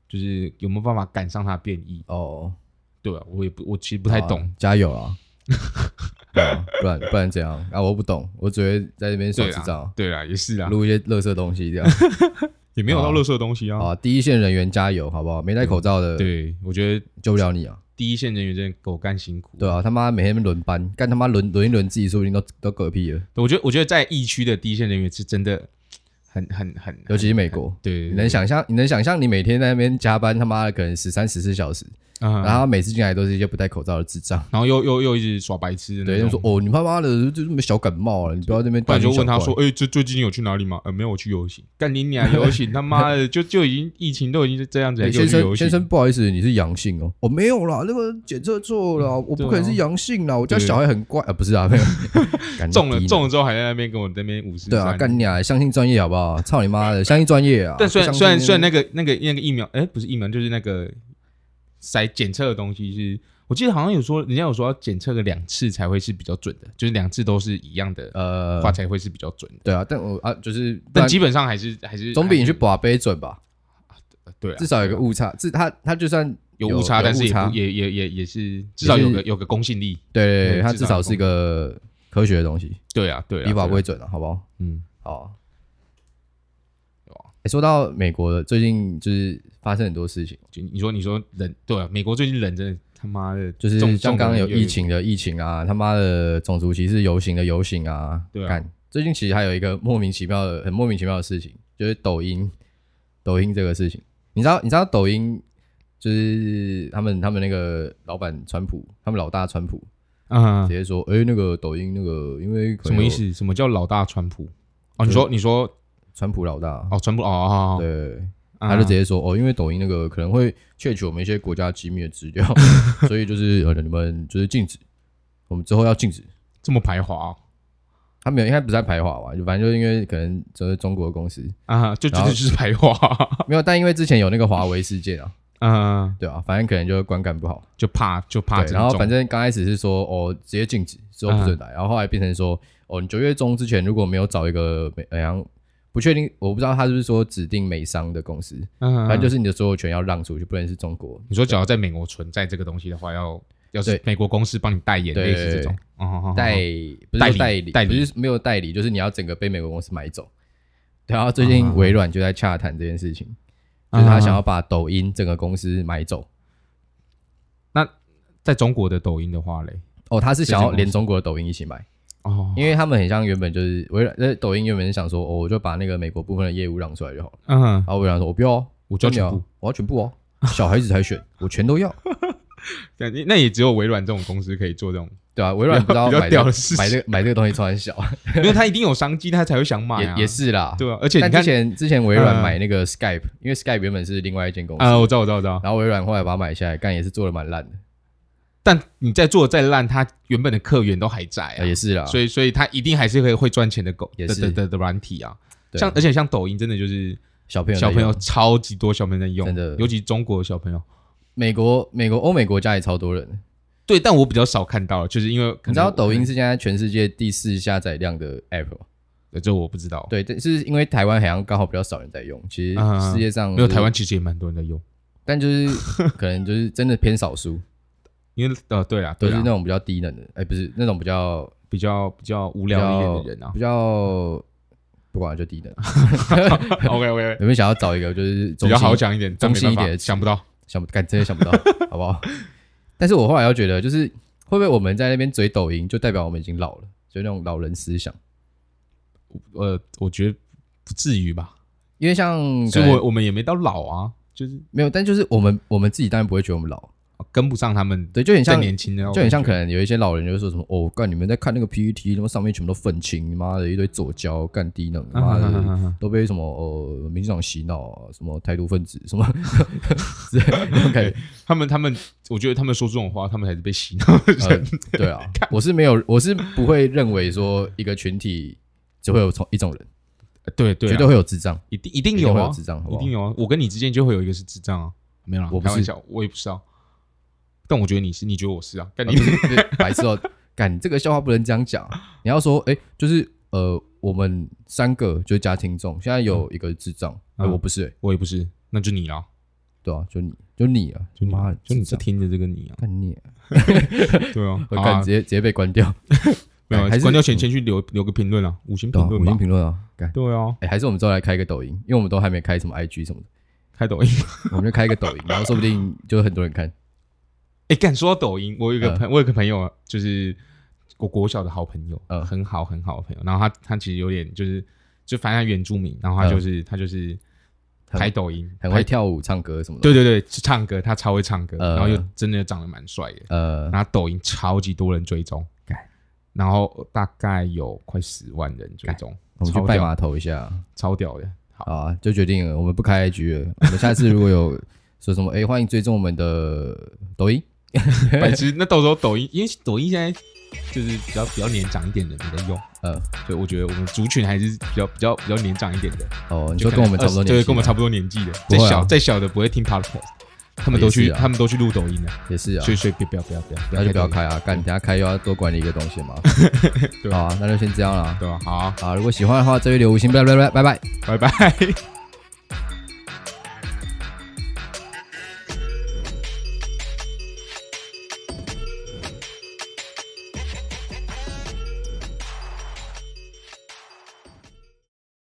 Speaker 1: 就是有没有办法赶上他的变异？
Speaker 2: 哦，
Speaker 1: 对吧、我也不，我其实不太
Speaker 2: 好啊
Speaker 1: 懂。，
Speaker 2: 加油啊！ 对啊不然不然怎样啊？我不懂，我只会在这边手
Speaker 1: 对
Speaker 2: 指
Speaker 1: 啊
Speaker 2: 照，
Speaker 1: 对啊，也是啊，
Speaker 2: 录一些垃圾东西这 样。
Speaker 1: 也没有到乐色东西
Speaker 2: 好
Speaker 1: 啊。
Speaker 2: 啊，第一线人员加油，好不好？没戴口罩的
Speaker 1: 对，我觉得
Speaker 2: 救不了你啊。
Speaker 1: 第一线人员真的狗干辛苦。
Speaker 2: 对啊，他妈每天轮班，干他妈轮轮一轮，自己说不定都都嗝屁了。
Speaker 1: 我觉得，我觉得在疫区的第一线人员是真的很很很，
Speaker 2: 尤其是美国，
Speaker 1: 对，
Speaker 2: 你能想象，你能想象你每天在那边加班，他妈的可能十三十四小时，
Speaker 1: 啊，
Speaker 2: 然后他每次进来都是一些不戴口罩的智障。
Speaker 1: 然后又又又一直耍白痴的
Speaker 2: 对，
Speaker 1: 那
Speaker 2: 就
Speaker 1: 种。
Speaker 2: 说哦，你他妈的就这么小感冒了，啊你不要在那边
Speaker 1: 不
Speaker 2: 大
Speaker 1: 然
Speaker 2: 惊
Speaker 1: 就
Speaker 2: 小
Speaker 1: 问他
Speaker 2: 怪
Speaker 1: 说：“哎、这最近有去哪里吗？”呃，没有，我去游行。干你娘！游行他妈的，就就已经疫情都已经是这样子，还
Speaker 2: 哎
Speaker 1: 给我
Speaker 2: 先
Speaker 1: 去游行
Speaker 2: 生，先。生，不好意思，你是阳性哦？哦，没有啦，那个检测错了啦，我
Speaker 1: 对
Speaker 2: 不可能
Speaker 1: 啊
Speaker 2: 是阳性啦，我家
Speaker 1: 对
Speaker 2: 小孩很乖啊，不是 啊，没有干
Speaker 1: 中了
Speaker 2: 低能
Speaker 1: 中了之后还在那边跟我那边五十
Speaker 2: 对啊，干你啊！相信专业好不好？操 你妈的，相信专业啊！
Speaker 1: 但虽然
Speaker 2: 不
Speaker 1: 虽
Speaker 2: 相
Speaker 1: 然
Speaker 2: 信
Speaker 1: 虽然那个那个那个疫苗，哎、不是疫苗，就是那个筛检测的东西是，我记得好像有说，人家有说要检测个两次才会是比较准的，就是两次都是一样的
Speaker 2: 呃
Speaker 1: 话，才会是比较准的。
Speaker 2: 对啊，但我啊就是，
Speaker 1: 但基本上还是还是
Speaker 2: 总比你去
Speaker 1: 保
Speaker 2: 把杯准吧，
Speaker 1: 对啊，
Speaker 2: 至少有个误差。至他他就算
Speaker 1: 有误差，但是
Speaker 2: 误
Speaker 1: 也
Speaker 2: 差
Speaker 1: 不，也也也也是至少有个有个公信力。
Speaker 2: 对对
Speaker 1: 对
Speaker 2: 对，
Speaker 1: 嗯
Speaker 2: 他
Speaker 1: 至
Speaker 2: 至
Speaker 1: 少有
Speaker 2: 少是一个科学的东西，
Speaker 1: 对啊，对啊，
Speaker 2: 比法
Speaker 1: 对啊
Speaker 2: 不会，准了，好不好？
Speaker 1: 嗯，
Speaker 2: 好啊
Speaker 1: 有啊。
Speaker 2: 诶说到美国的，最近就是发生很多事情，
Speaker 1: 就你说你说人对啊，美国最近人真的他妈的
Speaker 2: 就
Speaker 1: 中
Speaker 2: 是像刚刚有疫，
Speaker 1: 中
Speaker 2: 情的疫情啊，他妈的种族歧视游行的游行啊，
Speaker 1: 对啊
Speaker 2: 干最近其实还有一个莫名其妙的、很莫名其妙的事情，就是抖音，抖音这个事情，你知道，你知道抖音就是他们他们那个老板川普，他们老大川普
Speaker 1: 人越
Speaker 2: 直
Speaker 1: 嗯，
Speaker 2: 接说，哎、那个抖音那个，因为可
Speaker 1: 什
Speaker 2: 能
Speaker 1: 么
Speaker 2: 有
Speaker 1: 意？思？什么叫老大川普？哦，你说你说
Speaker 2: 川普老大，
Speaker 1: 哦，川普哦哦，哦，
Speaker 2: 对，
Speaker 1: 啊
Speaker 2: 他就直接说哦，因为抖音那个可能会窃取我们一些国家机密的资 料，所以就是呃你们就是禁止，我们之后要禁止。
Speaker 1: 这么排华
Speaker 2: 啊
Speaker 1: 哦
Speaker 2: 他没有，应该不是在排华吧？就反正就是因为可能就是中国的 公司
Speaker 1: 啊，就就
Speaker 2: 然后
Speaker 1: 就是排华，
Speaker 2: 没有，但因为之前有那个华为事件啊，
Speaker 1: 嗯，
Speaker 2: 对啊，反正可能就观感不好。
Speaker 1: 就怕就怕
Speaker 2: 对，
Speaker 1: 这
Speaker 2: 然后
Speaker 1: 种嗯
Speaker 2: 反正刚开始是说哦直接禁止，之后不准来，然后后来变成说哦你九月中之前如果没有找一个美，好像不确定，我不知道他是不是说指定美商的公司，
Speaker 1: 嗯，
Speaker 2: 反正就是是你的所有权要让出去，不能是中国
Speaker 1: 你说，只要在美国存在这个东西的话，要要是
Speaker 2: 对
Speaker 1: 美国公司帮你代言，
Speaker 2: 对
Speaker 1: 类似这种，哦哦哦哦
Speaker 2: 代不是
Speaker 1: 代
Speaker 2: 说
Speaker 1: 理
Speaker 2: 代理，
Speaker 1: 代理
Speaker 2: 不是没有代理，就是你要整个被美国公司买走。然后最近微软就在洽谈这件事情，
Speaker 1: 哦啊
Speaker 2: 就是他想要把抖音整个公司买走。
Speaker 1: 在中国的抖音的话嘞，
Speaker 2: 哦，他是想
Speaker 1: 这
Speaker 2: 要
Speaker 1: 种
Speaker 2: 连中国的抖音一起买，
Speaker 1: 哦，
Speaker 2: 因为他们很像原本就是微软，呃，抖音原本是想说，哦，我就把那个美国部分的业务让出来就好了。
Speaker 1: 嗯，
Speaker 2: 然后微软说，我不要哦，
Speaker 1: 我就要
Speaker 2: 真
Speaker 1: 全
Speaker 2: 的
Speaker 1: 部
Speaker 2: 哦，我要全部哦，小孩子才选， 我全都要。
Speaker 1: 那那也只有微软这种公司可以做这 种，
Speaker 2: 对啊，微软不知道
Speaker 1: 比较
Speaker 2: 买
Speaker 1: 屌的
Speaker 2: 这个
Speaker 1: 事情
Speaker 2: 买这个买这个东西超很小，
Speaker 1: 因为他一定有商机，他才会想买
Speaker 2: 也
Speaker 1: 啊，
Speaker 2: 也是啦。
Speaker 1: 对啊，而且你
Speaker 2: 但之
Speaker 1: 看，
Speaker 2: 前之前微软
Speaker 1: 嗯
Speaker 2: 买那个 Skype，因为 Skype 原本是另外一间公司，
Speaker 1: 啊，我知道，我知道，我知道。
Speaker 2: 然后微软后来把它买下来，干也是做的蛮烂的，
Speaker 1: 但你再做得再烂，他原本的客源都还在啊，
Speaker 2: 啊也是啦。
Speaker 1: 所
Speaker 2: 以
Speaker 1: 以所以他一定还是会会赚钱的狗
Speaker 2: 也
Speaker 1: 的
Speaker 2: 是
Speaker 1: 的的的软体啊，
Speaker 2: 对
Speaker 1: 像而且像抖音真的就是
Speaker 2: 小朋友在
Speaker 1: 小朋友
Speaker 2: 用，
Speaker 1: 超级多小朋友在用，
Speaker 2: 真的
Speaker 1: 尤其中国的小朋友。
Speaker 2: 美国美国欧美国家也超多人。
Speaker 1: 对，但我比较少看到，就是因为可能
Speaker 2: 你知道抖音
Speaker 1: 我，
Speaker 2: 是现在全世界第四下载量的 app 吗
Speaker 1: 呃这我不知道，
Speaker 2: 对，但是因为台湾好像刚好比较少人在用，其实
Speaker 1: 啊
Speaker 2: 世界上
Speaker 1: 没有
Speaker 2: 就是
Speaker 1: 台湾，其实也蛮多人在用，
Speaker 2: 但就是 可能就是真的偏少数，
Speaker 1: 因为呃对啦，
Speaker 2: 都
Speaker 1: 对
Speaker 2: 是
Speaker 1: 啦
Speaker 2: 那，种比较低能的，哎，不是那种比较
Speaker 1: 比较比较无
Speaker 2: 比
Speaker 1: 聊一
Speaker 2: 较
Speaker 1: 点的人啊
Speaker 2: 比。较不管就低能。
Speaker 1: OK OK，
Speaker 2: 有没有想要找一个就是
Speaker 1: 比
Speaker 2: 中
Speaker 1: 较
Speaker 2: 性
Speaker 1: 好讲一点，但
Speaker 2: 中
Speaker 1: 没办
Speaker 2: 性一
Speaker 1: 法
Speaker 2: 点的
Speaker 1: 想不到，
Speaker 2: 想不，干真的想不到，好不好？但是我后来又觉得，就是会不会我们在那边嘴抖音，就代表我们已经老了，就那种老人思想。
Speaker 1: 呃，我觉得不至于吧，
Speaker 2: 因为像
Speaker 1: 所
Speaker 2: 可
Speaker 1: 以
Speaker 2: 能
Speaker 1: 我我们也没到老啊，就是呃
Speaker 2: 没有，但就是我们我们自己当然不会觉得我们老，
Speaker 1: 跟不上他们
Speaker 2: 对，就很
Speaker 1: 更
Speaker 2: 像
Speaker 1: 年轻的那种感觉，
Speaker 2: 就很像可能有一些老人就会说什么哦，干你们在看那个 PPT，他妈上面全部都愤青，妈的一堆左交，干低能，
Speaker 1: 啊
Speaker 2: 妈
Speaker 1: 啊啊啊
Speaker 2: 的
Speaker 1: 啊
Speaker 2: 都被什么呃民进党洗脑啊，什么 台独分子什么之类的那种感觉。
Speaker 1: 他们他们，我觉得他们说这种话，他们才是被洗脑的
Speaker 2: 呃
Speaker 1: 人。，
Speaker 2: 对啊，我是没有，我是不会认为说一个群体只会有从一种人，
Speaker 1: 对对啊、
Speaker 2: 绝对会有智障，
Speaker 1: 一定一定
Speaker 2: 一定
Speaker 1: 有
Speaker 2: 会
Speaker 1: 啊
Speaker 2: 有，智障，好
Speaker 1: 一
Speaker 2: 不好
Speaker 1: 定？有啊。我跟你之间就会有一个是智障啊，没有啦，
Speaker 2: 我不
Speaker 1: 开玩
Speaker 2: 是
Speaker 1: 笑，我也不知道。但我觉得你是，你觉得我是啊？但
Speaker 2: 啊
Speaker 1: 你
Speaker 2: 不是不是白痴哦，干，你这个笑话不能这样讲，你要说，哎，就是。呃，我们三个就是加听众，现在有一个智障，哎、
Speaker 1: 嗯
Speaker 2: 我不是、欸，
Speaker 1: 我也不是，那就你啦，
Speaker 2: 对啊，就你就你啊，
Speaker 1: 就你
Speaker 2: 妈的，
Speaker 1: 就你是
Speaker 2: 智障
Speaker 1: 听着这个你啊，
Speaker 2: 干你啊，
Speaker 1: 对啊，
Speaker 2: 我
Speaker 1: 好
Speaker 2: 干
Speaker 1: 啊
Speaker 2: 直，接直接被关掉，
Speaker 1: 没
Speaker 2: 哎还
Speaker 1: 有啊
Speaker 2: 是
Speaker 1: 关掉前先去留留个评论啊，五星
Speaker 2: 对
Speaker 1: 评
Speaker 2: 啊，
Speaker 1: 论
Speaker 2: 五
Speaker 1: 吧
Speaker 2: 星，评论啊，干，
Speaker 1: 对啊，
Speaker 2: 哎、还是我们之后来开一个抖音，因为我们都还没开什么 IG 什么的，
Speaker 1: 开抖音。
Speaker 2: 我们就开一个抖音，然后说不定就很多人看，
Speaker 1: 哎，敢说到抖音，我有一个
Speaker 2: 嗯
Speaker 1: 朋，我有个朋友，啊就是我国小的好朋友，
Speaker 2: 嗯
Speaker 1: 很好很好的朋友。然后他他其实有点就是，就反正他原住民，然后他
Speaker 2: 嗯
Speaker 1: 就是他就是
Speaker 2: 很
Speaker 1: 拍抖音，
Speaker 2: 很会
Speaker 1: 拍
Speaker 2: 跳舞、唱歌什么的，
Speaker 1: 对对对，唱歌他超会唱歌，
Speaker 2: 嗯
Speaker 1: 然后又真的长得蛮帅的，
Speaker 2: 呃，
Speaker 1: 然后抖音超级多人追踪
Speaker 2: 干，
Speaker 1: 然后大概有快十万人追踪，
Speaker 2: 我们去
Speaker 1: 超
Speaker 2: 拜
Speaker 1: 屌
Speaker 2: 码头一下。啊
Speaker 1: 超屌的。好，
Speaker 2: 好啊，就决定了，我们不开 IG 了。我们下次如果有说什么， 哎、欢迎追踪我们的抖音。
Speaker 1: 白痴，那到时候抖音，因为抖音现在就是比较比较年长一点的人在用，
Speaker 2: 呃，
Speaker 1: 所以我觉得我们族群还是比较比较比较年长一点的。
Speaker 2: 哦，你
Speaker 1: 就
Speaker 2: 说跟我们差不多年纪，
Speaker 1: 对，跟我们差不多年纪的，
Speaker 2: 不
Speaker 1: 再
Speaker 2: 会啊
Speaker 1: 小再小的不会听 podcast，他们都
Speaker 2: 也
Speaker 1: 去
Speaker 2: 是啊
Speaker 1: 他们都去录抖音了，
Speaker 2: 也是啊
Speaker 1: 所，以所以别不要不要不要，
Speaker 2: 那就不要
Speaker 1: 抖音，
Speaker 2: 开啊，干，等下开又要多管理一个东西嘛。
Speaker 1: 对
Speaker 2: 好啊，那就先这样啦。
Speaker 1: 对吧？好，
Speaker 2: 好，如果喜欢的话，再去留五星，拜拜拜拜拜拜。
Speaker 1: 拜拜。